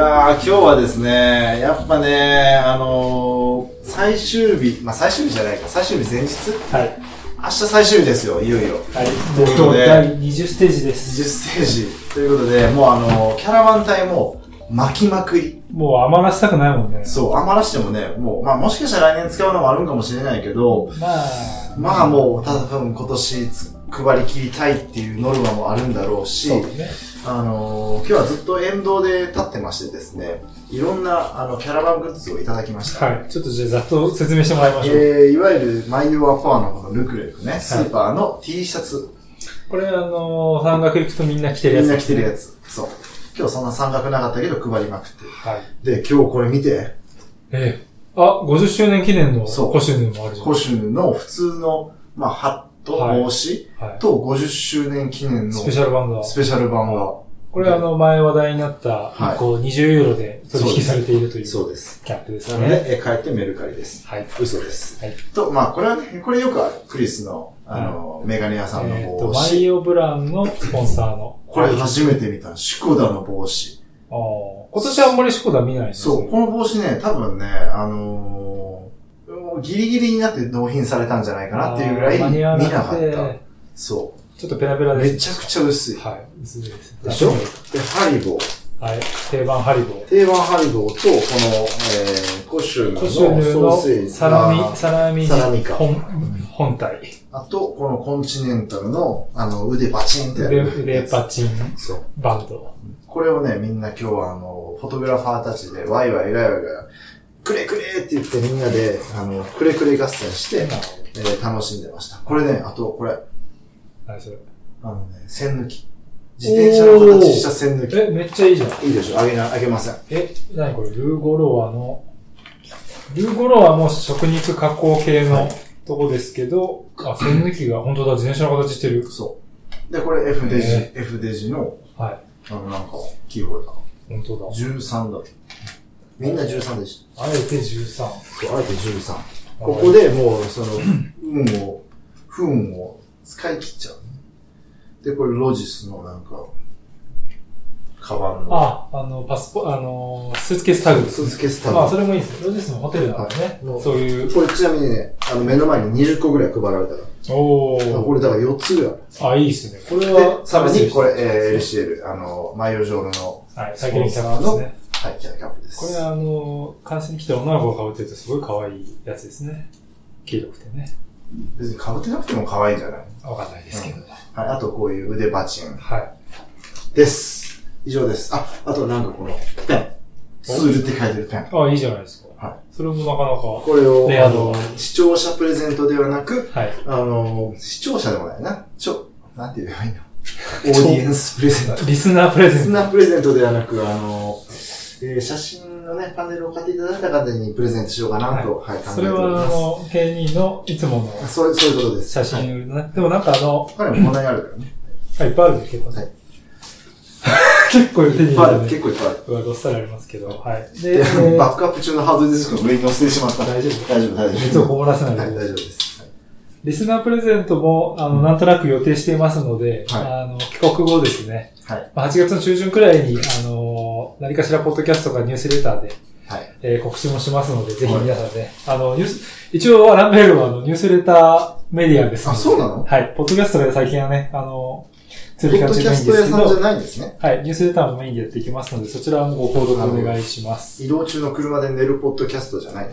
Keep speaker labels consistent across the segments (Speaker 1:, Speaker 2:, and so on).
Speaker 1: あ今日はですね、やっぱね、あのー最終日、まあ最終日じゃないか、最終日前日
Speaker 2: はい。
Speaker 1: 明日最終日ですよ、いよいよ。
Speaker 2: は
Speaker 1: と
Speaker 2: い。
Speaker 1: いう
Speaker 2: えっ
Speaker 1: こと
Speaker 2: と
Speaker 1: で
Speaker 2: 第20ステージです。
Speaker 1: 10ステージ。ということで、もうあのーキャラバン隊も巻きまくり。
Speaker 2: もう余らせたくないもんね。
Speaker 1: そう、余らしてもね、もう、まあもしかしたら来年使うのもあるんかもしれないけど、
Speaker 2: まあ、
Speaker 1: まあもう、ただ多分今年つ配り切りたいっていうノルマもあるんだろうし、
Speaker 2: そうね。
Speaker 1: あのー今日はずっと沿道で立ってましてですね、いろんなあのキャラバングッズをいただきました。
Speaker 2: はい。ちょっとじゃあざっと説明してもらいましょう。
Speaker 1: えー、いわゆるマイユアファーのこのルクレクね、スーパーの T シャツ、
Speaker 2: これあのー、山岳行くとみんな着てるや
Speaker 1: み
Speaker 2: つ。
Speaker 1: んな着てるやつ。そう。今日そんな山岳なかったけど配りまくってる。
Speaker 2: はい。
Speaker 1: で、今日これ見て、
Speaker 2: ええあ、50周年記念の
Speaker 1: そう
Speaker 2: コシュヌもあるじゃん。
Speaker 1: コシュヌの普通の、まあ、ハット、
Speaker 2: はい
Speaker 1: 帽子
Speaker 2: はい。
Speaker 1: と50周年記念の
Speaker 2: スペシャルバンド。
Speaker 1: スペシャル版が、
Speaker 2: これあの、前話題になった、
Speaker 1: はい
Speaker 2: 1個20ユーロで取引されているというキ
Speaker 1: そうです。
Speaker 2: ャップです
Speaker 1: なの
Speaker 2: ね。
Speaker 1: で、え帰ってメルカリです。
Speaker 2: はい。
Speaker 1: 嘘です。
Speaker 2: はい
Speaker 1: と、まあ、これはね、これよくある。クリスの、あの、メガネ屋さんの
Speaker 2: えっと、
Speaker 1: 帽
Speaker 2: マ
Speaker 1: 子。
Speaker 2: イオブランのスポンサーの。
Speaker 1: これ初めて見た。シュコダの帽子。
Speaker 2: あー今年あんまりシコダ見ないね
Speaker 1: そう、この帽子ね、多分ね、あのーもうギリギリになって納品されたんじゃないかなっていうぐらい
Speaker 2: あー間
Speaker 1: 見
Speaker 2: に合
Speaker 1: な
Speaker 2: わな
Speaker 1: かっ
Speaker 2: くて
Speaker 1: た。そ
Speaker 2: ちょっとペラペラ
Speaker 1: う。
Speaker 2: ですね。
Speaker 1: めちゃくちゃ薄い。
Speaker 2: はい。薄いです。
Speaker 1: でしょで、ハリボー。
Speaker 2: はい。定番ハリボー。
Speaker 1: 定番ハリボーと、この、えー、コシュムの
Speaker 2: コシュヌ
Speaker 1: ソーセー
Speaker 2: の
Speaker 1: ジ
Speaker 2: サラミ、サラミ
Speaker 1: サラミか
Speaker 2: 本本体。
Speaker 1: あと、このコンチネンタルの、あの、腕バチンってや
Speaker 2: 腕、
Speaker 1: る。
Speaker 2: 腕パチン
Speaker 1: そう。
Speaker 2: バンド。
Speaker 1: これをね、みんな今日はあの、フォトグラファーたちでワイワイガヤガヤ、くれくれって言ってみんなで、あの、くれくれ合戦して、えー楽しんでました。これね、あと、これ、
Speaker 2: 何それ
Speaker 1: あのね、線抜き。自転車の形した線抜き。
Speaker 2: え、めっちゃいいじゃん。
Speaker 1: いいでしょあげな、あげません。
Speaker 2: え、何これ、ルーゴロアの、ルーゴロアも食肉加工系のとこですけど、あ、線抜きが、本当だ、自転車の形してる。
Speaker 1: そう。で、これ F デジ、
Speaker 2: え
Speaker 1: F デジの、
Speaker 2: は
Speaker 1: あの、なんか、キーホルダー。
Speaker 2: い。本当
Speaker 1: 13だ。みんな13でし
Speaker 2: だ。あえて13。
Speaker 1: た。そう、あえて13。ここでもう、その、運を、不運を使い切っちゃうね。で、これロジスのなんか、カバンの、
Speaker 2: あ、あの、パスポ、あの、スーツケースタグです
Speaker 1: ス
Speaker 2: ね。
Speaker 1: ーツケースタ
Speaker 2: まあ、
Speaker 1: グ。
Speaker 2: それもいいですね。ロジスのホテルなんでね
Speaker 1: はい。
Speaker 2: そういう。
Speaker 1: これちなみにね、あの、目の前に20個ぐらい配られたか
Speaker 2: お
Speaker 1: ら。
Speaker 2: ー。
Speaker 1: これだから4つぐらいある。
Speaker 2: あ、いいですね。これ
Speaker 1: で
Speaker 2: は、、
Speaker 1: さらにこれ、えー、
Speaker 2: ー、
Speaker 1: LCL、あの、マイオジョールの、
Speaker 2: はい、最近のサーですね。
Speaker 1: はい、キャラキャップです。
Speaker 2: これあの、観戦に来た女の子が被ってるとすごい可愛いやつですね。黄色くてね。
Speaker 1: 別に被ってなくても可愛いんじゃない
Speaker 2: わかんないですけど。はい。
Speaker 1: はい、あとこういう腕バチンです。以上です。あ、あとなんかこの、ペン。ツールって書いてるペン。
Speaker 2: あ、いいじゃないですか。
Speaker 1: はい
Speaker 2: それもなかな
Speaker 1: これを、
Speaker 2: レ
Speaker 1: あ
Speaker 2: ア度
Speaker 1: の、視聴者プレゼントではなく、
Speaker 2: か。はい。
Speaker 1: あの、視聴者でもないな。ちょ、なんて言えばいいの オーディエンスプレゼント。
Speaker 2: リスナープレ
Speaker 1: リ
Speaker 2: ゼ
Speaker 1: ス
Speaker 2: ント。
Speaker 1: ナープレゼントではなく、あの、えー写真のね、パネルを買っていただいた方にプレゼントしようかなと、はい、考えて
Speaker 2: そ
Speaker 1: おり
Speaker 2: れは、
Speaker 1: ま
Speaker 2: あ
Speaker 1: す。
Speaker 2: の、芸人のいつもの
Speaker 1: それ、そういうことです。
Speaker 2: 写真売るね。でもなんかあの、
Speaker 1: 他にも問題あるからね。
Speaker 2: あいっぱいあるんですけど
Speaker 1: はい
Speaker 2: 結構手に
Speaker 1: いっぱいあ
Speaker 2: 入
Speaker 1: る。
Speaker 2: れて
Speaker 1: 結構
Speaker 2: ね。
Speaker 1: いっぱいある。
Speaker 2: うわ、どっさりありますけど。はい。で、え
Speaker 1: で、
Speaker 2: ー
Speaker 1: バックアップ中のハードディスクの上に載せてしまった。
Speaker 2: 大丈夫
Speaker 1: 大丈夫、大
Speaker 2: 熱
Speaker 1: 丈
Speaker 2: を
Speaker 1: 夫。
Speaker 2: こもらせないで
Speaker 1: はい、
Speaker 2: く
Speaker 1: 大
Speaker 2: ださい
Speaker 1: 丈夫です。はい
Speaker 2: リスナープレゼントも、あの、なんとなく予定していますので、
Speaker 1: はい
Speaker 2: あの、帰国後ですね。
Speaker 1: はい。
Speaker 2: まあ、8月の中旬くらいに、あの、何かしらポッドキャストかニュースレターで、
Speaker 1: はい。
Speaker 2: えー告知もしますので、ぜひ皆さんね、あの、ニュース、一応、アランベールは、あの、ニュースレターメディアですので
Speaker 1: あそうなの
Speaker 2: はい。ポッドキャストが最近はね、あの、
Speaker 1: ポ
Speaker 2: つり
Speaker 1: ッド
Speaker 2: 感
Speaker 1: キ
Speaker 2: じ
Speaker 1: ャ
Speaker 2: メイン
Speaker 1: ス
Speaker 2: で
Speaker 1: ト
Speaker 2: す
Speaker 1: 屋
Speaker 2: け
Speaker 1: さんじゃ
Speaker 2: ど、
Speaker 1: ないんですね。
Speaker 2: はい。ニュースレターもメインでやっていきますので、そちらもご購読お願いしま す。
Speaker 1: 移動中の車で寝るポッドキャストじゃない。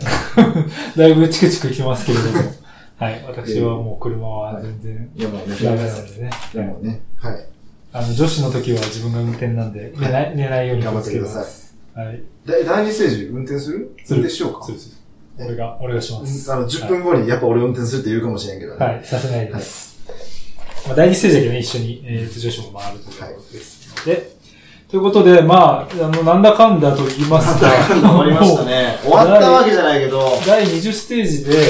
Speaker 2: だいぶチクチクきますけれども、はい。私はもう車は全然、
Speaker 1: いや、もう寝て
Speaker 2: ダ
Speaker 1: く
Speaker 2: メ
Speaker 1: だ
Speaker 2: な
Speaker 1: さ
Speaker 2: の
Speaker 1: い。
Speaker 2: でね。
Speaker 1: いや、もうね。はい。
Speaker 2: あの、女子の時は自分が運転なんで、寝ない、寝ないように
Speaker 1: 頑張ってください
Speaker 2: 気をつけます。はい。
Speaker 1: で、第二ステージ運転する
Speaker 2: す
Speaker 1: 運
Speaker 2: る
Speaker 1: 転しようか。
Speaker 2: そうです。俺が、俺がします。
Speaker 1: あの、10分後にやっぱ俺運転するって言うかもしれんけどね。
Speaker 2: はい、させないです。まあ、第二ステージだけどね、一緒に、えーと、女子も回るということですので、ということで、まあ、あの、なんだかんだと言いますか、
Speaker 1: 終わりました
Speaker 2: も
Speaker 1: ね。終わったわけじゃないけど、
Speaker 2: う 第20ステージで、
Speaker 1: はい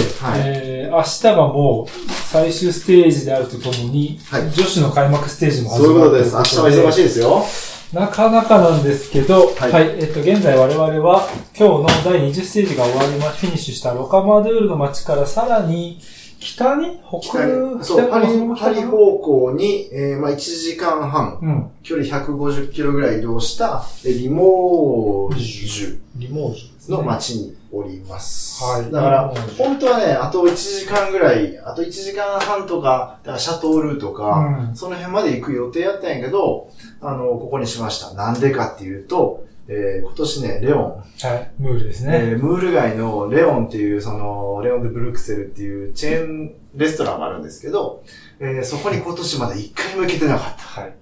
Speaker 2: えー明日がもう最終ステージであるとともに、
Speaker 1: はい
Speaker 2: 女子の開幕ステージも
Speaker 1: そういうことです。明日は忙しいですよ。
Speaker 2: なかなかなんですけど、
Speaker 1: は
Speaker 2: はいい、えっと、現在我々は、今日の第20ステージが終わりま、フィニッシュしたロカマドゥールの街からさらに、北に北
Speaker 1: 北に、そう、パリ、パリ方向に、えーまあ1時間半、
Speaker 2: うん。
Speaker 1: 距離150キロぐらい移動した、えリモージ
Speaker 2: リモージュです
Speaker 1: ュの街におります。
Speaker 2: はい
Speaker 1: だから
Speaker 2: リモー、ジュ
Speaker 1: 本当はね、あと1時間ぐらい、あと1時間半とか、だからシャトールとか、
Speaker 2: うん
Speaker 1: その辺まで行く予定やったんやけど、あの、ここにしました。なんでかっていうと、えー今年ね、レオン、
Speaker 2: はい。ムールですね。
Speaker 1: えームール街のレオンっていう、その、レオン・デ・ブルクセルっていうチェーンレストランがあるんですけど、えーそこに今年まだ一回も行けてなかった。
Speaker 2: はい。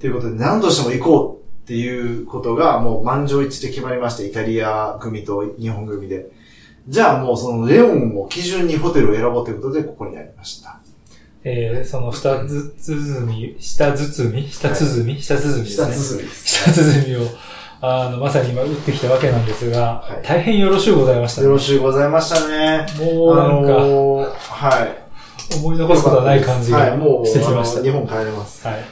Speaker 1: ということで、何としても行こうっていうことが、もう満場一致で決まりまして、イタリア組と日本組で。じゃあもうそのレオンを基準にホテルを選ぼうということで、ここになりました。
Speaker 2: えー、その下ずつづみ、下ずつみ下つづみ下つづみです
Speaker 1: 下
Speaker 2: ね。
Speaker 1: 包みです。
Speaker 2: 下つづみを、あの、まさに今打ってきたわけなんですが、
Speaker 1: はい
Speaker 2: 大変よろしゅうございましたね。
Speaker 1: よろしゅうございましたね。
Speaker 2: もうなん
Speaker 1: ー
Speaker 2: か、
Speaker 1: はい。
Speaker 2: 思い残すことはない感じ
Speaker 1: は
Speaker 2: が
Speaker 1: い、もう、
Speaker 2: してきました。
Speaker 1: あの日本帰れます。
Speaker 2: はい。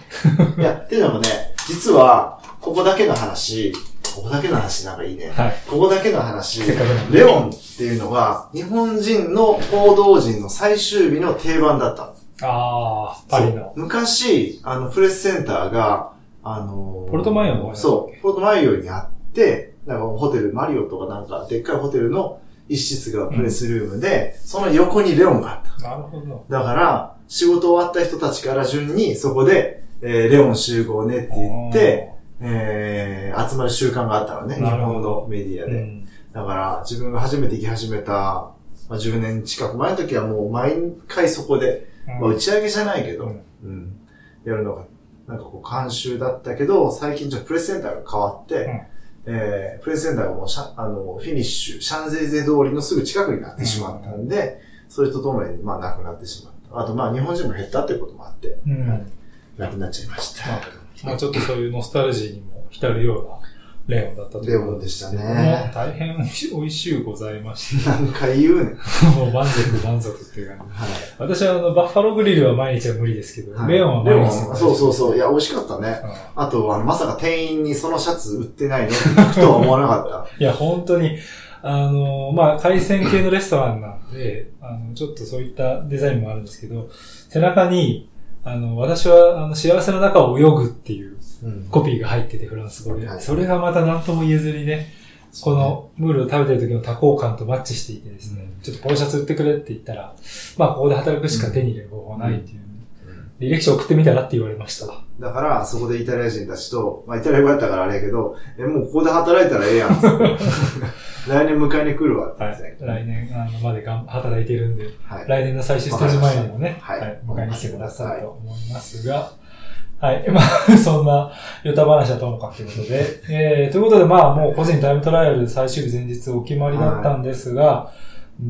Speaker 1: いや、っていうのもね、実は、ここだけの話、ここだけの話なんかいいね。
Speaker 2: はい。
Speaker 1: ここだけの話、
Speaker 2: せっかくなんで
Speaker 1: レオンっていうのは、日本人の報道陣の最終日の定番だった。
Speaker 2: あー、パリ
Speaker 1: そう
Speaker 2: の。
Speaker 1: 昔、あの、プレスセンターが、あのー
Speaker 2: ポルトマイオの方やったっけ
Speaker 1: そう、ポルトマイオにあって、なんかホテル、マリオとかなんか、でっかいホテルの一室がプレスルームで、その横にレオンがあった。
Speaker 2: なるほど。
Speaker 1: だから、仕事終わった人たちから順に、そこで、えーレオン集合ねって言って、えー集まる習慣があったのね、日
Speaker 2: なるほど
Speaker 1: 本のメディア
Speaker 2: う
Speaker 1: で。
Speaker 2: ん、
Speaker 1: だから、自分が初めて行き始めた、まあ、10年近く前の時はもう毎回そこで、まあ、打ち上げじゃないけど、
Speaker 2: うん
Speaker 1: うんやるのが、なんかこう慣習だったけど、最近ちょっとプレスセンターが変わって、えープレスセンターがもうシャあのフィニッシュ、シャンゼリゼ通りのすぐ近くになってしまったんで、それとともに、まあ、なくなってしまった。あと、まあ、日本人も減ったってこともあって、
Speaker 2: うん
Speaker 1: はいなくなっちゃいました。
Speaker 2: まあちょっとそういうノスタルジーにも浸るようなレオンだったとい
Speaker 1: レ
Speaker 2: う
Speaker 1: オ
Speaker 2: こ
Speaker 1: ン
Speaker 2: と
Speaker 1: でした
Speaker 2: でもう
Speaker 1: ね。
Speaker 2: 大変おいしおいしゅうございまし
Speaker 1: 何回言うねん。
Speaker 2: た。もう満足満足っていう感じ。
Speaker 1: はい。
Speaker 2: 私はあの、バッファローグリルは毎日は無理ですけど、レオンは
Speaker 1: レオンは
Speaker 2: 毎日は
Speaker 1: そうそうそう。いや、美味しかったね。
Speaker 2: うん
Speaker 1: あと、あの、まさか店員にそのシャツ売ってないのって聞くとは思わなかっ
Speaker 2: いや、本当に、あの、まあ、海鮮系のレストランなんで、あの、ちょっとそういったデザインもあるんですけど、背中に、あの、私は、あの、幸せの中を泳ぐっていう
Speaker 1: た。うん
Speaker 2: コピーが入ってて、フランス語で
Speaker 1: は。い
Speaker 2: それがまた何とも言えずにね、このムールを食べてる時の多幸感とマッチしていてですね、ちょっとポロシャツ売ってくれって言ったら、まあ、ここで働くしか手に入れる方法ないってい
Speaker 1: う
Speaker 2: う、
Speaker 1: ん
Speaker 2: 履歴書送ってみたらって言われました。
Speaker 1: だから、そこでイタリア人たちと、まあ、イタリア語やったからあれやけど、え、もうここで働いたらええやんっつって。来年迎えに来るわって言
Speaker 2: は
Speaker 1: ってたんやけ。
Speaker 2: い
Speaker 1: ど
Speaker 2: 来年、あの、までがん働いているんで、
Speaker 1: はい。
Speaker 2: 来年の最終ステージ前にもね、
Speaker 1: はい
Speaker 2: はい迎えに来てくださいと思いますが、はい。 まあ、そんな、ヨタ話はともかくということで、えー、ということで、まあ、もう個人タイムトライアル最終日前日お決まりだったんですが、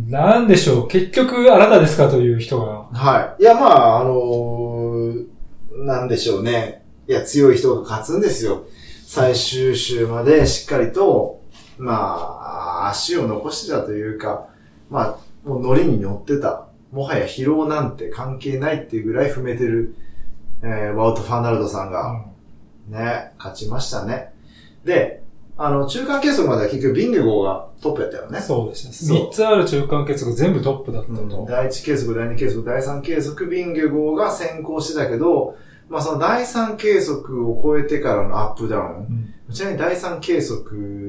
Speaker 2: なんでしょう、結局、あなたですかという人が、
Speaker 1: はい。いや、まあ、あのーなんでしょうね。いや、強い人が勝つんですよ。最終週までしっかりと、まあ、足を残してたというか、まあ、もうノリに乗ってた。もはや疲労なんて関係ないっていうぐらい踏めてる、えーワウト・ファンナルドさん
Speaker 2: う
Speaker 1: が、
Speaker 2: ん
Speaker 1: ね、勝ちましたね。で、あの、中間計測までは結局ビンゲゴーがトップやったよね。
Speaker 2: そうでした。
Speaker 1: そう
Speaker 2: 3つある中間結が全部トップだったと。
Speaker 1: うん第1計測、第2計測、第3計測、ビンゲ号が先行してたけど、まあその第3計測を超えてからのアップダウン。
Speaker 2: うん
Speaker 1: ちなみに第3計測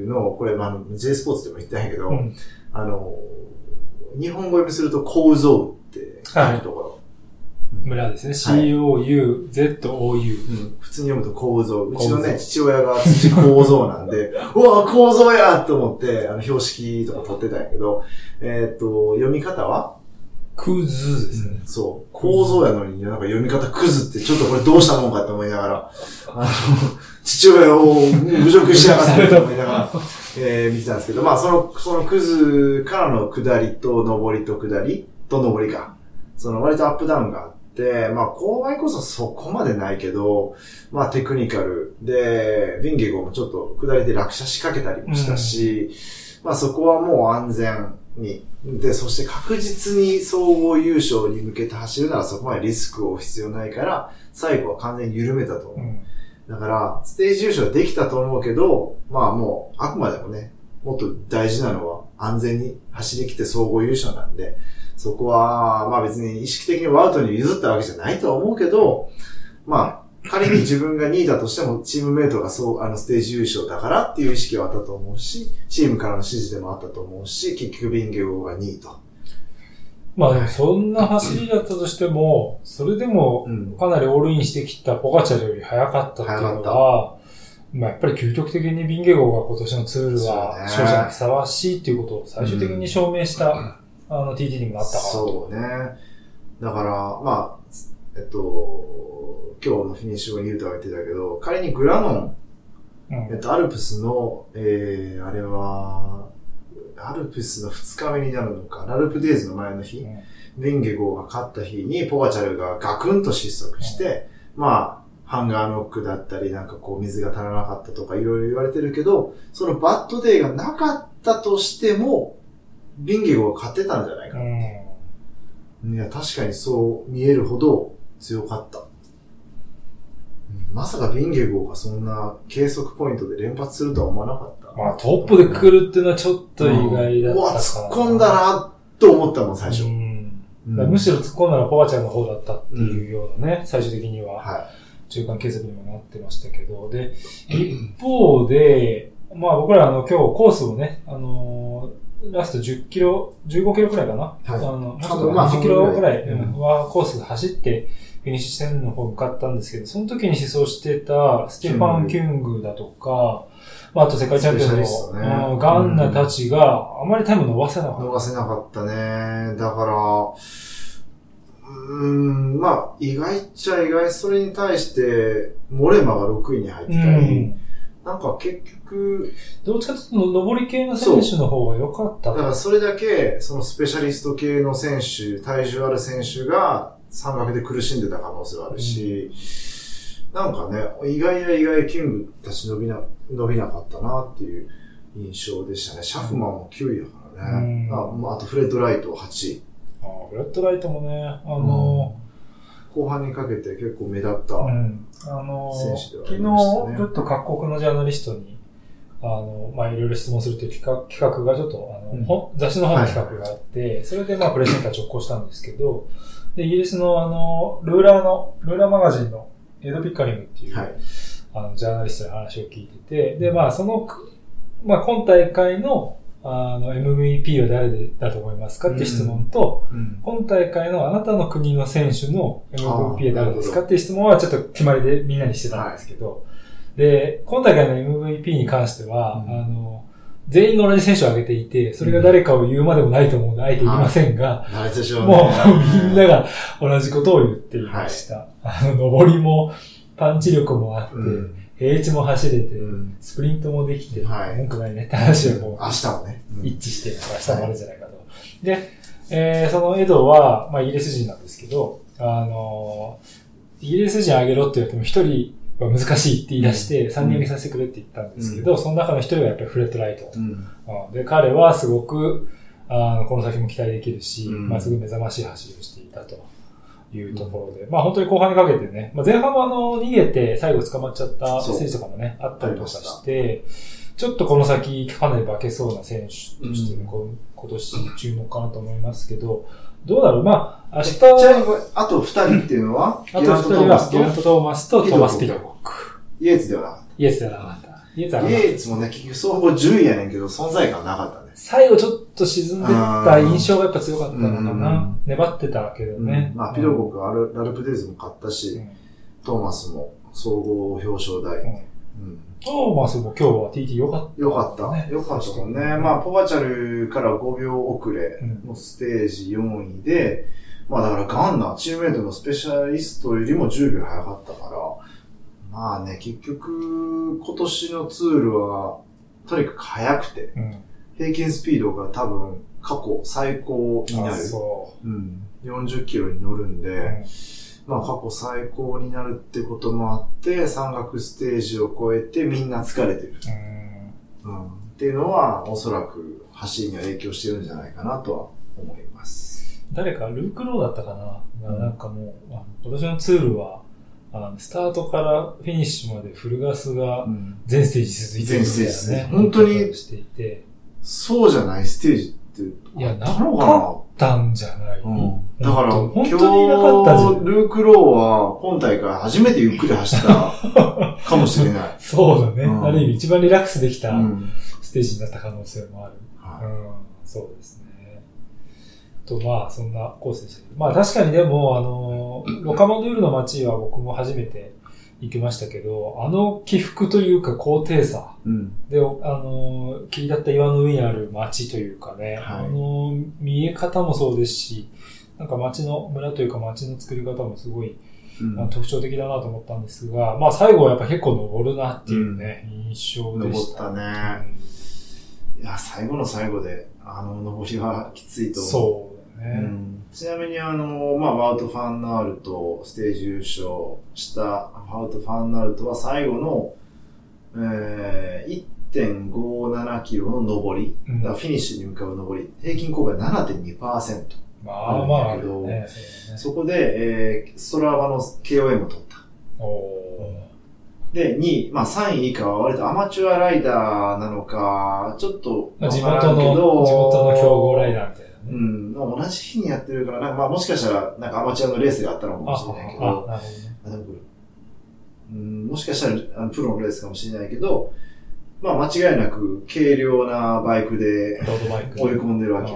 Speaker 1: の、これ、まああの、J スポーツでも言ったんやけど、
Speaker 2: うん
Speaker 1: あの、日本語読みすると構造部って書くところ。
Speaker 2: 村ですね。COUZOU。
Speaker 1: うん普通に読むと構造。う
Speaker 2: 構
Speaker 1: ち
Speaker 2: 造
Speaker 1: のね、父親が土構造なんで、うわ、構造やと思って、あの、標識とか取ってたんやけど、えーっと、読み方は
Speaker 2: クズですね。
Speaker 1: そう。構造やのに、なんか読み方クズって、ちょっとこれどうしたもんかって思いながら、あの、父親を侮辱しやがってって思いなが ら、えー、見てたんですけど、まあ、その、そのクズからの下りと上りと下りと上りか。その割とアップダウンがあって、まあ、勾配こそそこまでないけど、まあ、テクニカルで、ヴィンゲゴもちょっと下りで落車仕掛けたりもしたし、まあ、そこはもう安全に。で、そして確実に総合優勝に向けて走るならそこまでリスクを必要ないから、最後は完全に緩めたと思う。
Speaker 2: うん
Speaker 1: だから、ステージ優勝はできたと思うけど、まあもう、あくまでもね、もっと大事なのは安全に走りきて総合優勝なんで、そこは、まあ別に意識的にワウトに譲ったわけじゃないとは思うけど、まあ、仮に自分が2位だとしても、チームメイトがそう、あの、ステージ優勝だからっていう意識はあったと思うし、チームからの指示でもあったと思うし、結局ビンゲゴが2位と。
Speaker 2: まあでもそんな走りだったとしても、それでも
Speaker 1: うん。
Speaker 2: かなりオールインしてきたポガチャルより早かったっていうの
Speaker 1: 早
Speaker 2: は、まあやっぱり究極的にビンゲゴが今年のツール
Speaker 1: そう
Speaker 2: は
Speaker 1: ね
Speaker 2: 勝者にふさわしいっていうことを最終的に証明した、あの TT にもなったから。
Speaker 1: そうね。だから、まあ、えっと、今日のフィニッシュ後に言うとは言ってたけど、仮にグラノン
Speaker 2: う
Speaker 1: えっ
Speaker 2: ん。
Speaker 1: と、アルプスの、えー、あれは、アルプスの2日目になるのか、ラルプデイズの前の日、リンゲゴーが勝った日に、ポガチャルがガクンと失速して、まあ、ハンガーノックだったり、なんかこう、水が足らなかったとか、いろいろ言われてるけど、そのバッドデイがなかったとしても、リンゲゴーが勝ってたんじゃないか
Speaker 2: う
Speaker 1: な。
Speaker 2: ん。
Speaker 1: いや、確かにそう見えるほど強かった。うんまさかビンゲゴーがそんな計測ポイントで連発するとは思わなかった。
Speaker 2: まあトップで来るっていうのはちょっと意外だったかな。
Speaker 1: うわ、突っ込んだなと思ったもん、最初。
Speaker 2: うん
Speaker 1: うん
Speaker 2: むしろ突っ込んだのはポガチャルの方だったっていうようなね、最終的には。
Speaker 1: は
Speaker 2: 中間継続にもなってましたけど、で、一方で、まあ僕らあの今日コースをね、あのーラスト10キロ、15キロくらいかな、
Speaker 1: い
Speaker 2: あの、もう
Speaker 1: あ
Speaker 2: ちょっ
Speaker 1: と
Speaker 2: と
Speaker 1: まあ
Speaker 2: 10キロくらい
Speaker 1: 半分ぐらいうん
Speaker 2: はコース走ってフィニッシュ線の方向かったんですけど、その時に思想してたステファン・キュングだとか、まああと世界チャンピオン
Speaker 1: スペ
Speaker 2: の
Speaker 1: シャリストね
Speaker 2: あのガンナたちがあまりタイム伸ばせなかっ
Speaker 1: い。
Speaker 2: た。
Speaker 1: 逃せなかったね。だから、うーん、まあ、意外っちゃ意外、それに対して、モレマが6位に入って
Speaker 2: う
Speaker 1: たり、
Speaker 2: ん。
Speaker 1: なんか結局、
Speaker 2: どっちかというと、上り系の選手の方が良かった
Speaker 1: だからそれだけ、そのスペシャリスト系の選手、体重ある選手が山岳で苦しんでた可能性はあるし、なんかね、意外や意外キングたち伸びな、伸びなかったなっていう印象でしたね。シャフマンも9位だからね。
Speaker 2: うん
Speaker 1: あまああとフレッド・ライト8位。
Speaker 2: あーブラッドライトもね、あの
Speaker 1: 後半にかけて結構目立った。
Speaker 2: ー、うんあのー、
Speaker 1: 選手ではあ
Speaker 2: 昨日、
Speaker 1: りまし
Speaker 2: ち
Speaker 1: たね
Speaker 2: ょっと各国のジャーナリストに、あの、まあ、いろいろ質問するという企画企画がちょっと、あの、
Speaker 1: うん
Speaker 2: ほ雑誌の方の企画があって、それでまあ、プレゼンター直行したんですけど、で、イギリスのあの、ルーラーの、ルーラーマガジンのエド・ピッカリングっていう、
Speaker 1: はい。
Speaker 2: あの、ジャーナリストの話を聞いてて、で、まあ、その、まあ、今大会の、あの、MVP は誰でだと思いますかっていう質問と、今大会のあなたの国の選手の MVP は誰ですかっていう質問はちょっと決まりでみんなにしてたんですけど、で、今大会の MVP に関しては、
Speaker 1: うん
Speaker 2: あの、全員が同じ選手を挙げていて、それが誰かを言うまでもないと思うので、あえて言いませんが、
Speaker 1: 慣れてしまうね
Speaker 2: もうみんなが同じことを言っていました。あの、登りも、パンチ力もあって、
Speaker 1: うん
Speaker 2: 平地も走れて、
Speaker 1: うん
Speaker 2: スプリントもできて、
Speaker 1: はい
Speaker 2: 文句ないねって話をもう
Speaker 1: 明日もね。うん
Speaker 2: 一致して、明日もあるんじゃないかと。で、えーそのエドは、まあ、イギリス人なんですけど、あのーイギリス人あげろって言われても、一人は難しいって言い出して、三人にさせてくれって言ったんですけど、その中の一人はやっぱりフレッドライト。
Speaker 1: うん
Speaker 2: うんで、彼はすごく、あのこの先も期待できるし、
Speaker 1: うん
Speaker 2: まあ、すぐ目覚ましい走りをしていたというところで、まあ、本当に後半にかけてね、まあ、前半はあの、逃げて最後捕まっちゃった
Speaker 1: そう
Speaker 2: 選手とかもね、あったりとかして、ちょっとこの先かなり化けそうな選手としてね、
Speaker 1: うん
Speaker 2: こう今年注目かなと思いますけど、どうだろうまあ、明日、
Speaker 1: ちなみにこれ、あと2人っていうのは、
Speaker 2: あと
Speaker 1: ゲラ
Speaker 2: 二
Speaker 1: ント
Speaker 2: 人
Speaker 1: トーマ
Speaker 2: は、
Speaker 1: ス
Speaker 2: ゲラン
Speaker 1: と
Speaker 2: ト・トーマスとトーマス・ピドコック。
Speaker 1: イエーツではなかった。
Speaker 2: イエスではなかった。イエスはなかった
Speaker 1: イエーツもね、結局総合10位やねんけど、存在感なかったね。
Speaker 2: 最後ちょっと沈んでった印象がやっぱ強かったのかな。粘ってたけどね。
Speaker 1: まあ、ピロコク、アルラルプデイズも勝った
Speaker 2: う
Speaker 1: し、
Speaker 2: ん
Speaker 1: トーマスも総合表彰台。
Speaker 2: うん
Speaker 1: うん
Speaker 2: トーマスも今日は TT 良かった、
Speaker 1: よかった。よかったもんね。まあ、ポバチャルから5秒遅れ
Speaker 2: うん
Speaker 1: のステージ4位で、まあだからガンナー、チームメイトのスペシャリストよりも10秒早かったから、まあね、結局、今年のツールは、とにかく速くて、
Speaker 2: うん。
Speaker 1: 平均スピードが多分過去最高にな
Speaker 2: あ
Speaker 1: る。
Speaker 2: そ
Speaker 1: うん、40キロに乗るんで、
Speaker 2: う。うん
Speaker 1: まあ過去最高になるってこともあって、山岳ステージを超えてみんな疲れてる。
Speaker 2: うん
Speaker 1: うん、っていうのは、おそらく走りには影響してるんじゃないかなとは思います。
Speaker 2: 誰か、ルーク・ローだったかな、
Speaker 1: うん
Speaker 2: なんかもう、あ今年のツールは、あのスタートからフィニッシュまでフルガスが
Speaker 1: うん、
Speaker 2: 全ステージ続いてるみたいなね。
Speaker 1: 全ステージ本当に
Speaker 2: していて。
Speaker 1: そうじゃないステージって、
Speaker 2: いや、な
Speaker 1: あったの
Speaker 2: んか
Speaker 1: か
Speaker 2: ったんじゃない、
Speaker 1: うん、だから、
Speaker 2: 本
Speaker 1: 今日、
Speaker 2: 当にいなかったじゃん
Speaker 1: ルーク・ローは、今大会初めてゆっくり走った かもしれない。
Speaker 2: そうだね、
Speaker 1: うん
Speaker 2: ある意味一番リラックスできた
Speaker 1: うん
Speaker 2: ステージになった可能性もある。
Speaker 1: は
Speaker 2: うん、そうですね。と、まあ、そんなコースでしたけど。まあ、確かにでも、あの、ロカマドゥールの街は僕も初めて行きましたけど、あの起伏というか高低差
Speaker 1: いうん
Speaker 2: で、おあの、切り立った岩の上にある街というかね、
Speaker 1: はい
Speaker 2: あの、見え方もそうですし、なんか街の、村というか街の作り方もすごい
Speaker 1: うん
Speaker 2: あの特徴的だなと思ったんですが、まあ最後はやっぱ結構登るなっていうね、印象で
Speaker 1: 登
Speaker 2: し。
Speaker 1: ったたね。いや、最後の最後で、あの、登りはきついと思う。
Speaker 2: そうだね。
Speaker 1: うんちなみにあの、まあ、バウト・ファンナールとステージ優勝したバウト・ファンナールとは最後の、えー、1.57キロの上り、
Speaker 2: うん
Speaker 1: だからフィニッシュに向かう上り、平均勾配7.2%。
Speaker 2: まあまああるよね。
Speaker 1: そこで、えー、ストラバの KOM を取った。
Speaker 2: おお
Speaker 1: で、2位、まあ3位以下は割とアマチュアライダーなのか、ちょっと
Speaker 2: ー。
Speaker 1: わ
Speaker 2: 地
Speaker 1: から
Speaker 2: 元の、
Speaker 1: んけど、
Speaker 2: 地元の強豪ライダーみたいな
Speaker 1: う
Speaker 2: ね。
Speaker 1: ん、まあ同じ日にやってるから、なんかまあもしかしたら、なんかアマチュアのレースがあったのか
Speaker 2: あ、
Speaker 1: もしれないけ
Speaker 2: あ、
Speaker 1: ど、
Speaker 2: なるほどね。
Speaker 1: あでもこれうん、もしかしたらあのプロのレースかもしれないけど、まあ間違いなく軽量なバイクで
Speaker 2: ロードバイク。
Speaker 1: 追い込んでるわけ。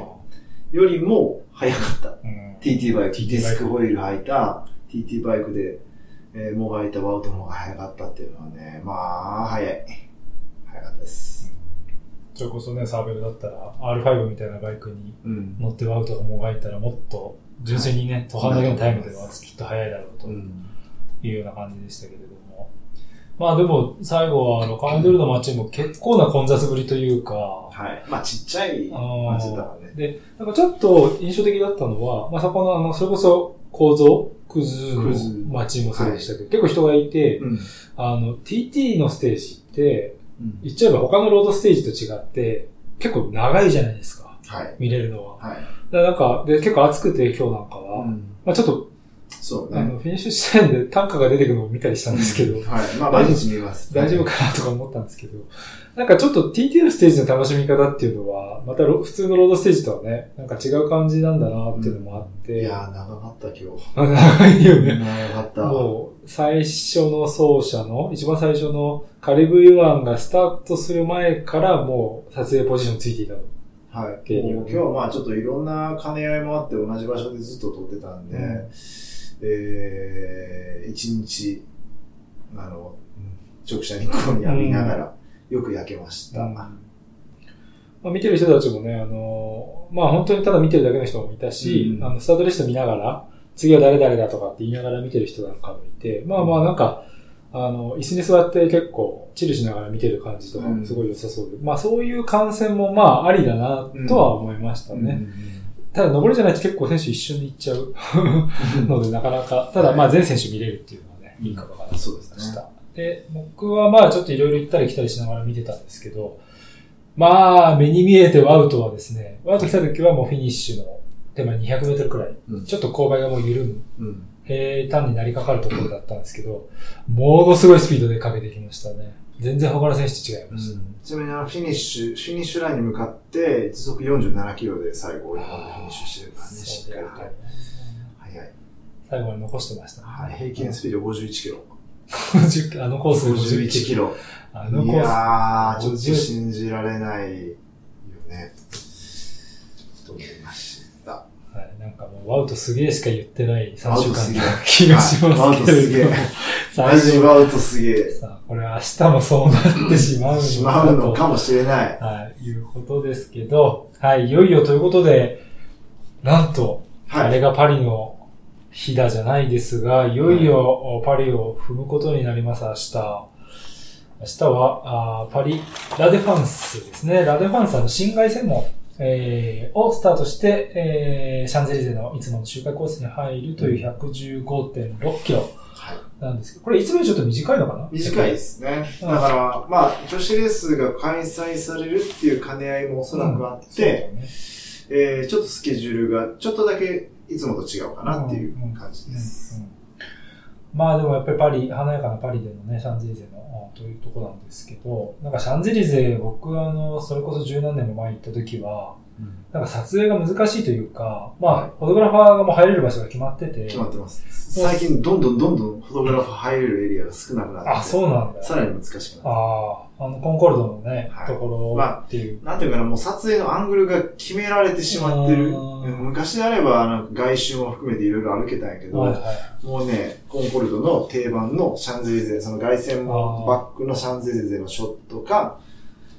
Speaker 1: よりも速かった。
Speaker 2: うん。
Speaker 1: TT バイク、
Speaker 2: TT
Speaker 1: ディスクホイール履いた TT バイクで、えー、もがいたバウトの方が速かったっていうのはね、まあ、速い。速かったです。
Speaker 2: それこそね、サーベルだったら R5 みたいなバイクに
Speaker 1: うん。
Speaker 2: 乗ってワウとかもがいたらもっと純粋にね、途半だけのタイムではきっと速いだろうと
Speaker 1: うん。
Speaker 2: いうような感じでしたけれども。まあでも、最後は、あの、カンドゥルの街も結構な混雑ぶりというか、
Speaker 1: はい。まあ、ちっちゃい
Speaker 2: あー
Speaker 1: 街だからね。
Speaker 2: で、なんかちょっと印象的だったのは、まあ、そこの、あの、それこそ構造、クズの
Speaker 1: クズ
Speaker 2: 街もそうでしたけど、結構人がいて、
Speaker 1: うん。
Speaker 2: あの、TT のステージって、
Speaker 1: うん
Speaker 2: 言っちゃえば他のロードステージと違って、結構長いじゃないですか、
Speaker 1: はい。
Speaker 2: 見れるのは。
Speaker 1: はい。
Speaker 2: だからなんか、で、結構暑くて今日なんかは、
Speaker 1: うん
Speaker 2: まあちょっと、
Speaker 1: そう
Speaker 2: あ
Speaker 1: ね。
Speaker 2: の、フィニッシュ地点で単価が出てくるのを見たりしたんですけど、
Speaker 1: はい。まあ、毎日見ます。
Speaker 2: 大丈夫かなとか思ったんですけど、なんかちょっと TT のステージの楽しみ方っていうのは、またロ普通のロードステージとはね、なんか違う感じなんだなっていうのもあって、
Speaker 1: いやー、長かった今日。
Speaker 2: あ長いよね。
Speaker 1: 長かった。
Speaker 2: もう、最初の奏者の、一番最初のカリブ・ユアンがスタートする前からもう撮影ポジションついていたの。
Speaker 1: はい。もう今日はまあちょっといろんな兼ね合いもあって同じ場所でずっと撮ってたんで、
Speaker 2: うん
Speaker 1: えー、一日、あの、直射日光に浴びながら、よく焼けました。
Speaker 2: まあ、見てる人たちもね、あの、まあ本当にただ見てるだけの人もいたし、
Speaker 1: うん
Speaker 2: あのスタートリスト見ながら、次は誰々だとかって言いながら見てる人なんかもいて、まあまあなんか、あの、椅子に座って結構、チルしながら見てる感じとかもすごい良さそうで、まあそういう観戦もまあありだなとは思いましたね。ただ、登りじゃないと結構選手一瞬で行っちゃうので、なかなか、ただ、まあ、全選手見れるっていうのはね、いいかもかなと思いました。で、僕はまあ、ちょっといろいろ行ったり来たりしながら見てたんですけど、まあ、目に見えてワウトはですね、ワウト来た時はもうフィニッシュの手前200メートルくらい、
Speaker 1: うん
Speaker 2: ちょっと勾配がもう緩む、
Speaker 1: うん
Speaker 2: 平坦になりかかるところだったんですけど、ものすごいスピードでかけてきましたね。全然他の選手と違いました。
Speaker 1: ちなみにあのフィニッシュ、フィニッシュラインに向かって、時速47キロで最後、追い込んでフィニッシュしてるからね、し
Speaker 2: そう
Speaker 1: っ
Speaker 2: で
Speaker 1: か
Speaker 2: や
Speaker 1: り
Speaker 2: りたい
Speaker 1: はい
Speaker 2: ね。
Speaker 1: 早い。
Speaker 2: 最後に残してましたね、
Speaker 1: はい、平均スピード51キロ。
Speaker 2: 50あのコース
Speaker 1: 51
Speaker 2: 51
Speaker 1: キロ。
Speaker 2: あの
Speaker 1: い
Speaker 2: コー
Speaker 1: やー、
Speaker 2: 50
Speaker 1: ちょっと信じられないよね。と思いました。
Speaker 2: ス。はい、なんかもう、ワウトすげえしか言ってない3
Speaker 1: ワウ
Speaker 2: 週
Speaker 1: トすげえ
Speaker 2: 間の気がし
Speaker 1: はいワ
Speaker 2: ま
Speaker 1: ウ
Speaker 2: す
Speaker 1: トす
Speaker 2: け
Speaker 1: げ
Speaker 2: れ
Speaker 1: え
Speaker 2: ども。最
Speaker 1: マジ
Speaker 2: 初
Speaker 1: ワウトすげえ。
Speaker 2: さあ、これ明日もそうなってしまうのかと。
Speaker 1: しまうのかもしれない。
Speaker 2: はい、いうことですけど、はい、いよいよということで、なんと、あ
Speaker 1: はい。
Speaker 2: れがパリの日だじゃないですが、いよいよパリを踏むことになります、明日。明日は、あーパリ、ラデファンスですね。ラデファンスあの新外線門、えーをスタートして、えーシャンゼリゼのいつもの周回コースに入るという115.6キロ
Speaker 1: はい
Speaker 2: なんですけど、これいつもよりちょっと短いのかな
Speaker 1: 短いですね。だから、まあ、女子レースが開催されるっていう兼ね合いもおそらくあっ
Speaker 2: そうだ
Speaker 1: て、
Speaker 2: よね
Speaker 1: えーちょっとスケジュールがちょっとだけいつもと違うかなっていう感じです。
Speaker 2: まあでもやっぱりパリ、華やかなパリでのね、シャンゼリゼの、あというとこなんですけど、なんかシャンゼリゼ、僕あの、それこそ十何年も前行った時は、なんか撮影が難しいというか、まあ、フォトグラファーがもう入れる場所が決まってて。
Speaker 1: 決まってます。最近、どんどんどんどんフォトグラファー入れるエリアが少なくなって。
Speaker 2: あ、そうなんだ。
Speaker 1: さらに難しくなって。
Speaker 2: ああ、あの、コンコルドのね、
Speaker 1: はい
Speaker 2: ところっていう。
Speaker 1: なんていうかな、もう撮影のアングルが決められてしまってる。
Speaker 2: あー
Speaker 1: うん昔であれば、なんか外周も含めていろいろ歩けたんやけど、
Speaker 2: はいはい。
Speaker 1: もうね、コンコルドの定番のシャンゼリゼ、その外線の
Speaker 2: あー
Speaker 1: バックのシャンゼリゼのショットか、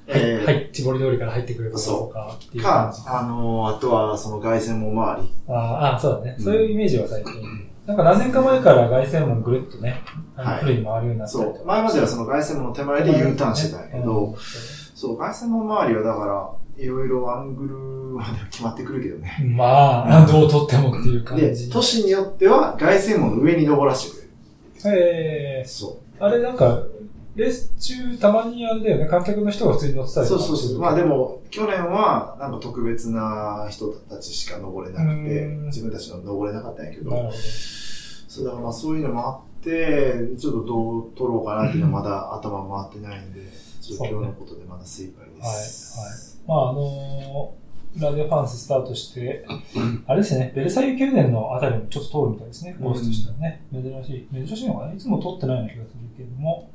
Speaker 2: はい、
Speaker 1: えー
Speaker 2: はい、絞り通りから入ってくることとかっていう感
Speaker 1: か
Speaker 2: じ。、
Speaker 1: あのーあとはその外線も周り。
Speaker 2: あーあー、そうだね。
Speaker 1: うん
Speaker 2: そういうイメージは最近。なんか何年か前から凱旋門ぐるっとね、
Speaker 1: はい
Speaker 2: フルに回るようになった
Speaker 1: そ
Speaker 2: りと
Speaker 1: う。
Speaker 2: か。
Speaker 1: 前まではその外線の手前で U ターンしてたんやけ
Speaker 2: う
Speaker 1: ど
Speaker 2: ん、
Speaker 1: そう、外線の周りはだから、いろいろアングルまでは決まってくるけどね。
Speaker 2: まあ、どう撮ってもっていう感
Speaker 1: で
Speaker 2: じ。、
Speaker 1: 都市によっては外線門の上に登らせてくれる。
Speaker 2: え
Speaker 1: そ
Speaker 2: ー、あれなんか、レース中たまにあれだよね、観客の人が普通に乗ってた
Speaker 1: う。
Speaker 2: り
Speaker 1: そう
Speaker 2: とか
Speaker 1: そうそう。まあでも、去年はなんか特別な人たちしか登れなくて
Speaker 2: うん、
Speaker 1: 自分たちの登れなかったんやけど、
Speaker 2: なるほど。
Speaker 1: そうだからまあそういうのもあって、ちょっとどう取ろうかなっていうのはまだ頭回ってないんで、ちょっと今日のことでまだ精一杯です。
Speaker 2: まあ、あのーラデオファンススター トして、あれですね、ベルサイユ宮殿のあたりもちょっと通るみたいですね、コースとしてはね。珍しい。珍しいのかないつも通ってないような気がするけども。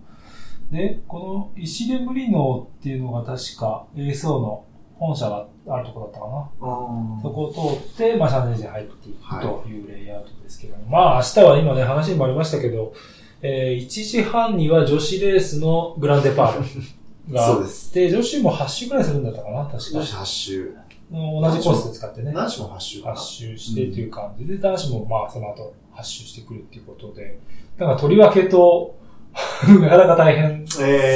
Speaker 2: で、この石でブリノっていうのが確か ASO の本社があるとこだったかな。
Speaker 1: あー
Speaker 2: そこを通って、まあ、シャンゼリゼ入っていくというレイアウトですけども、まあ、明日は今ね、話にもありましたけど、えー1時半には女子レースのグランデパールがあっ
Speaker 1: そうです。
Speaker 2: で、女子も8周くらいするんだったかな、確か
Speaker 1: 女。子8周。
Speaker 2: 同じコースで使ってね。
Speaker 1: 男子も8周かな
Speaker 2: 8周してっていう感じで、男子もまあその後8周してくるっていうことで、なんかとりわけと、なかなか大変。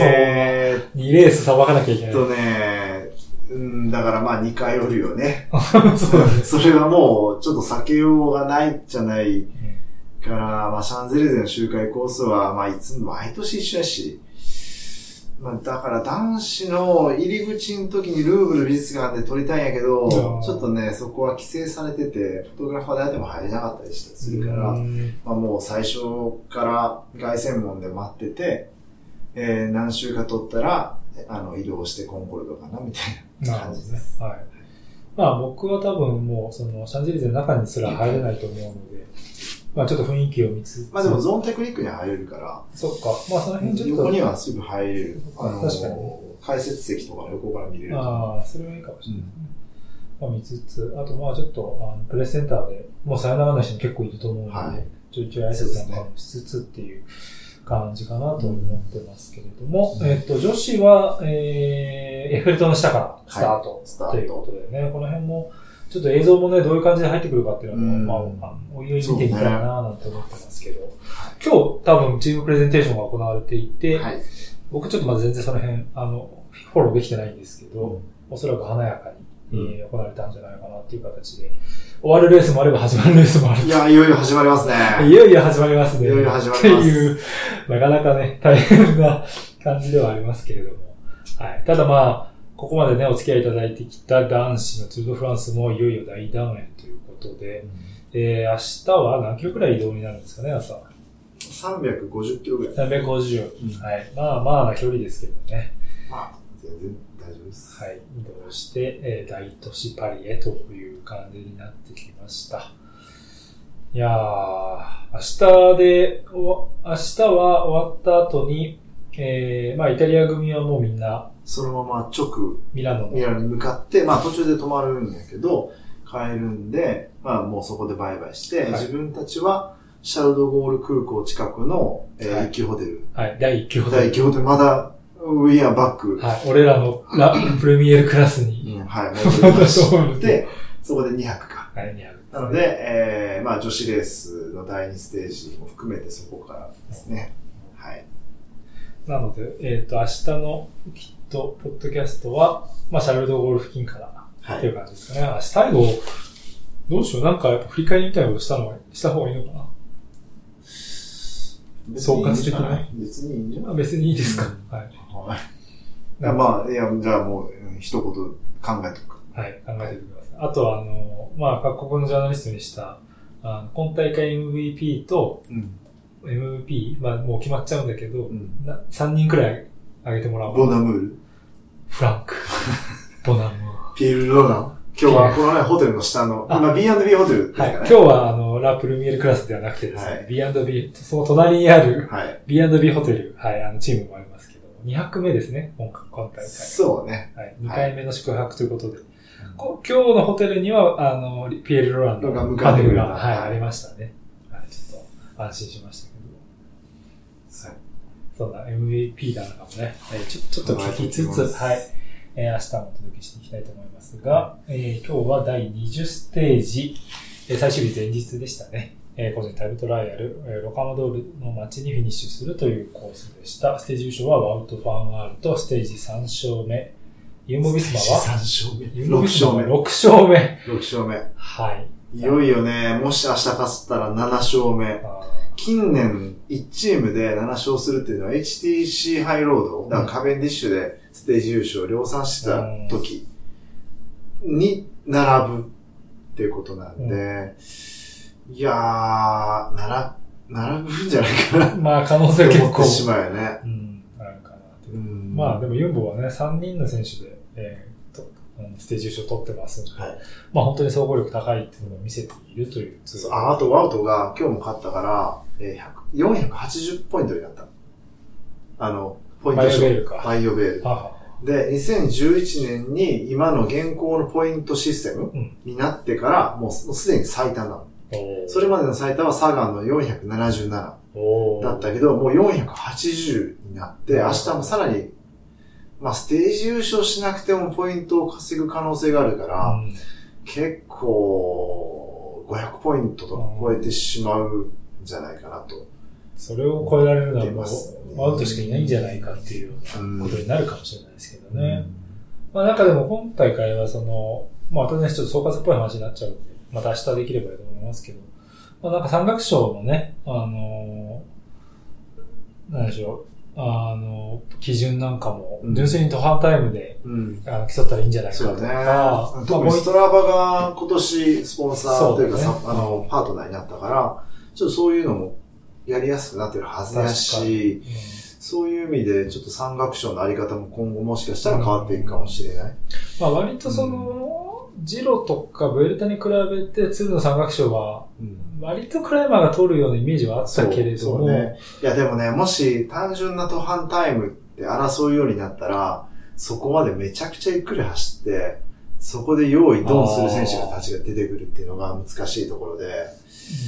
Speaker 1: えー、
Speaker 2: 2レースさばかなきゃいけ
Speaker 1: え
Speaker 2: な
Speaker 1: っ
Speaker 2: い。
Speaker 1: とね、うん、だからまあ2回おるよね。
Speaker 2: そう だね。
Speaker 1: それはもう、ちょっと避けようがないじゃないから、まあシャンゼリゼの周回コースは、まあいつも毎年一緒やし、まあだから男子の入り口の時にルーブル美術館で撮りたいんやけど、
Speaker 2: うん
Speaker 1: ちょっとね、そこは規制されてて、フォトグラファーであっても入れなかったりしたりするから、
Speaker 2: うん
Speaker 1: まあ、もう最初から凱旋門で待ってて、えー何周か取ったら、あの、移動してコンコルドかな、みたいな
Speaker 2: なるほ
Speaker 1: 感
Speaker 2: ど
Speaker 1: じ
Speaker 2: ね
Speaker 1: です。。
Speaker 2: はい。まあ僕は多分もう、その、シャンゼリゼの中にすら入れないと思うので、まあちょっと雰囲気を見つつ。
Speaker 1: まあでも、ゾーンテクニックには入れるから、
Speaker 2: そっか。まあその辺ちょっと。
Speaker 1: 横にはすぐ入れる。あの
Speaker 2: 確かに
Speaker 1: 解説席とかの横から見れる。
Speaker 2: ああ、それはいいかもしれないですね。まあ、見つつ、あとまあちょっと、あのプレスセンターで、もうさよならの人も結構いると思うので、
Speaker 1: はい
Speaker 2: ちょいちょい挨拶なんかもしつつっていう感じかなと思ってますけれども、
Speaker 1: うん
Speaker 2: えっと、女子は、えー、エッフェル塔の下からスタート、
Speaker 1: スタート
Speaker 2: ということでね、この辺も、ちょっと映像もね、どういう感じで入ってくるかっていうのは、
Speaker 1: うん
Speaker 2: まあ、おいおい見てみたいななんて思ってますけど、
Speaker 1: は
Speaker 2: 今日多分チームプレゼンテーションが行われていて、
Speaker 1: はい。
Speaker 2: 僕ちょっとまだ全然その辺、あの、フォローできてないんですけど、おそらく華やかに、えー行われたんじゃないかなっていう形で、終わるレースもあれば始まるレースもある
Speaker 1: いや、いよいよ始まりますね。
Speaker 2: いよいよ始まりますね。
Speaker 1: いよいよ始まります
Speaker 2: っていう、なかなかね、大変な感じではありますけれども。はい。ただまあ、ここまでね、お付き合いいただいてきた男子のツールドフランスもいよいよ大断円ということで、えー、明日は何キロくらい移動になるんですかね、朝。
Speaker 1: 350キロぐらい。
Speaker 2: 350。
Speaker 1: うん
Speaker 2: はい。まあまあな距離ですけどね。
Speaker 1: まあ、全然大丈夫です。
Speaker 2: はい、移動して、えー大都市パリへという感じになってきました。いやー、明日で、お明日は終わった後に、えーまあイタリア組はもうみんな
Speaker 1: そのまま直、
Speaker 2: ミラノの
Speaker 1: ミラノに向かって、まあ途中で止まるんやけど、帰るんで、まあもうそこでバイバイして、
Speaker 2: はい
Speaker 1: 自分たちはシャルドゴール空港近くの、えー
Speaker 2: はい
Speaker 1: 一級ホテル。
Speaker 2: はい、第1級ほど。
Speaker 1: 第一級ホテル、まだ、ウィアバック。
Speaker 2: はい、俺らのラ プレミエルクラスに、
Speaker 1: うんはい、戻りまし
Speaker 2: そうです
Speaker 1: で、そこで2泊か。
Speaker 2: はい、にある。
Speaker 1: なので、えー、まあ女子レースの第2ステージも含めてそこからですね。はい。
Speaker 2: なので、えっ、と、明日のきっと、ポッドキャストは、まあ、シャルドゴール付近から
Speaker 1: は
Speaker 2: っていう
Speaker 1: い。
Speaker 2: 感じですかね。あ最後、どうしよう。なんかやっぱ振り返りみたいなことしたのが、した方がいいのか総括的な
Speaker 1: 別にいいんじゃ
Speaker 2: な。
Speaker 1: ない
Speaker 2: あ別にいいですか。はい。
Speaker 1: はい。いやまあ、いや、じゃあもう、うん一言考えとく。
Speaker 2: はい、考えておいてください。あとは、あの、まあ、各国のジャーナリストにした、あの今大会 MVP と
Speaker 1: うん。
Speaker 2: MVP、まあ、もう決まっちゃうんだけど、な3人くらい挙げてもらおう。
Speaker 1: ボナムール
Speaker 2: フランク。ボナム。
Speaker 1: ピエール・ロナン今日はこのね、ホテルの下の、
Speaker 2: あ
Speaker 1: 今 B&B ホテルですか
Speaker 2: はい。
Speaker 1: ね。
Speaker 2: 今日は、あの、ラ・プルミエルクラスではなくてですね、
Speaker 1: はい
Speaker 2: B&B、その隣にある
Speaker 1: はい。
Speaker 2: B&B ホテル、はい、あの、チームもありますけど、2泊目ですね、今回今大会。
Speaker 1: そうね。
Speaker 2: はい、2回目の宿泊ということで、こ今日のホテルには、あの、ピエール・ロランド
Speaker 1: が迎
Speaker 2: パ
Speaker 1: えて
Speaker 2: ネ
Speaker 1: く
Speaker 2: ル
Speaker 1: れた
Speaker 2: が、はい、
Speaker 1: はい
Speaker 2: ありましたね。はい、ちょっと安心しましたけど。そうだ、MVP だなんかもね、えーちょちょっと聞きつ
Speaker 1: はい
Speaker 2: つ、はい、えー明日もお届けしていきたいと思いますが、えー今日は第20ステージ、えー最終日前日でしたね。えー個人タイムトライアル、えーロカマドールの街にフィニッシュするというコースでした。ステージ優勝はワウト・ファンアールとステージ3勝目。ユンボ・ビスマは
Speaker 1: ?3 勝目。
Speaker 2: ユ
Speaker 1: 6
Speaker 2: ンボビスマ
Speaker 1: 勝
Speaker 2: は
Speaker 1: 目。
Speaker 2: 6勝目。
Speaker 1: 6勝目。
Speaker 2: はい。
Speaker 1: いよいよね、もし明日勝ったら7勝目。
Speaker 2: あ
Speaker 1: 近年、1チームで7勝するっていうのは HTC ハイロード、だからカベンディッシュでステージ優勝量産してた時に並ぶっていうことなんで、いやー、なら、並ぶんじゃないかなっ
Speaker 2: ーまあ、可能性
Speaker 1: て
Speaker 2: 結
Speaker 1: 思っ
Speaker 2: 構
Speaker 1: て、しまうよね。
Speaker 2: うん、あるかなという
Speaker 1: うん
Speaker 2: まあでもユンボはね、3人の選手で、えーとうんステージ優勝取ってますんで、
Speaker 1: はい
Speaker 2: まあ本当に総合力高いっていうのを見せているというツ
Speaker 1: そう
Speaker 2: ー
Speaker 1: あ、あとワウトが今日も勝ったから、えー100 480ポイントになった。あの、ポイント賞
Speaker 2: バイオベールか
Speaker 1: バイオベール。
Speaker 2: あは
Speaker 1: で、2011年に今の現行のポイントシステム
Speaker 2: うん
Speaker 1: になってから、もうすもうすでに最多なの。
Speaker 2: お
Speaker 1: それまでの最多はサガンの477だ
Speaker 2: おー
Speaker 1: ったけど、もう480になって、明日もさらに、まあ、ステージ優勝しなくてもポイントを稼ぐ可能性があるから、
Speaker 2: うん
Speaker 1: 結構、500ポイントとか超えてしまうんじゃないかなと。
Speaker 2: それを超えられるのは
Speaker 1: 出
Speaker 2: も
Speaker 1: ます
Speaker 2: う、アウトしかいないんじゃないかっていうよう
Speaker 1: うん
Speaker 2: なことになるかもしれないですけどね。
Speaker 1: ね。
Speaker 2: まあなんかでも今大会はその、まあ私ね、ちょっと総括っぽい話になっちゃうんで、また明日できればいいと思いますけど、まあなんか山岳賞のね、あのーなんでしょう、あの基準なんかも
Speaker 1: う、ん
Speaker 2: 純粋に途半タイムで、
Speaker 1: うん。
Speaker 2: あの競ったらいいんじゃないか
Speaker 1: そ
Speaker 2: と
Speaker 1: う
Speaker 2: か、
Speaker 1: ね
Speaker 2: まあ。
Speaker 1: 特
Speaker 2: も
Speaker 1: に
Speaker 2: う
Speaker 1: ス
Speaker 2: 一
Speaker 1: トラバが今年スポンサーというか
Speaker 2: そ
Speaker 1: さ
Speaker 2: うだね
Speaker 1: あの、パートナーになったから、ちょっとそういうのもやりやすくなってるはずだ
Speaker 2: 確か
Speaker 1: し、そういう意味でちょっと山岳賞のあり方も今後もしかしたら変わっていくかもしれない。
Speaker 2: まあ割とその、ジロとかブエルタに比べて、ツールの山岳賞は、
Speaker 1: うん
Speaker 2: 割とクライマーが取るようなイメージはあっ
Speaker 1: そ
Speaker 2: た
Speaker 1: う
Speaker 2: けれど
Speaker 1: そう
Speaker 2: も、
Speaker 1: ね。いやでもね、もし単純な途半タイムって争うようになったら、そこまでめちゃくちゃゆっくり走って、そこで用意ドンする選手がたちが出てくるっていうのが難しいところで、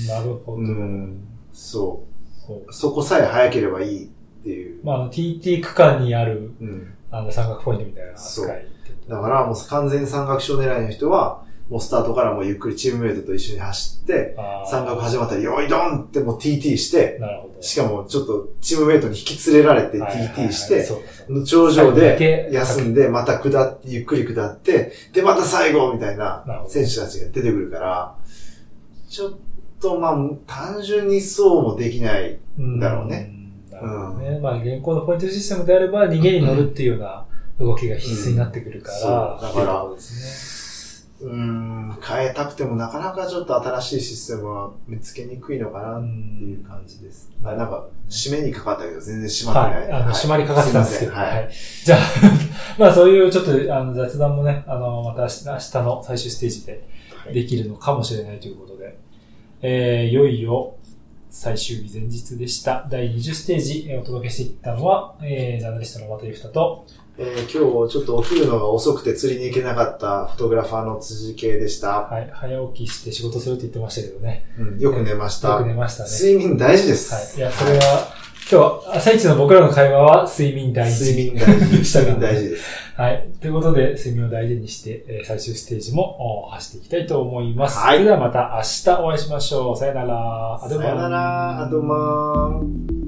Speaker 2: なるほ
Speaker 1: う
Speaker 2: ど。
Speaker 1: ん、そう。
Speaker 2: そう
Speaker 1: そこさえ早ければいいっていう。
Speaker 2: まああの TT 区間にある、
Speaker 1: うん。
Speaker 2: あの、三角ポイントみたいな扱い。
Speaker 1: だからもう完全山岳賞狙いの人は、もうスタートからもうゆっくりチームメイトと一緒に走って、
Speaker 2: あー
Speaker 1: 山岳始まったら、よいどんってもう TT して、
Speaker 2: なるほど。
Speaker 1: しかもちょっとチームメイトに引き連れられて
Speaker 2: はいはいはい
Speaker 1: TT して、
Speaker 2: そうかそうか
Speaker 1: の頂上
Speaker 2: 最後だけ
Speaker 1: で休んで、また下って、ゆっくり下って、で、また最後みたいな
Speaker 2: なるほど
Speaker 1: 選手たちが出てくるから、ちょっとまあ、単純にそうもできない。
Speaker 2: うん
Speaker 1: だろうね。
Speaker 2: なるほどね。まあ、現行のポイントシステムであれば、逃げに乗るっていうような動きが必須になってくるから、
Speaker 1: うんそうだから
Speaker 2: っていうことですね。
Speaker 1: うーん、変えたくてもなかなかちょっと新しいシステムは見つけにくいのかなっていう感じです。
Speaker 2: うん
Speaker 1: あなんか、締めにかかったけど全然締まっ
Speaker 2: は
Speaker 1: てない。
Speaker 2: い。あの、締まりかかってたんですけど、
Speaker 1: いませんはい。
Speaker 2: じゃあ、 まあ、そういうちょっと、あの、雑談もね、あの、また明日明日の最終ステージで
Speaker 1: はい
Speaker 2: できるのかもしれないということで、えー、いよいよ、最終日前日でした。第20ステージ、えーお届けしていったのは、えー、ジャーナリストの渡井ふたと、
Speaker 1: えー今日ちょっと起きるのが遅くて釣りに行けなかったフォトグラファーの辻系でした。
Speaker 2: はい、早起きして仕事するって言ってましたけどね。
Speaker 1: うん、よく寝ました。
Speaker 2: よく寝ましたね。
Speaker 1: 睡眠大事で
Speaker 2: はい。
Speaker 1: す。
Speaker 2: いや、それは、今日、朝一の僕らの会話は睡眠大事。
Speaker 1: 睡眠大事。
Speaker 2: でした
Speaker 1: 睡
Speaker 2: から
Speaker 1: 眠
Speaker 2: ね
Speaker 1: 大事です。
Speaker 2: はい。ということで、睡眠を大事にして、えー最終ステージもお走っていきたいと思います。
Speaker 1: はい
Speaker 2: それではまた明日お会いしましょう。さよなら。アド
Speaker 1: さ
Speaker 2: マン
Speaker 1: よなら、アドマン。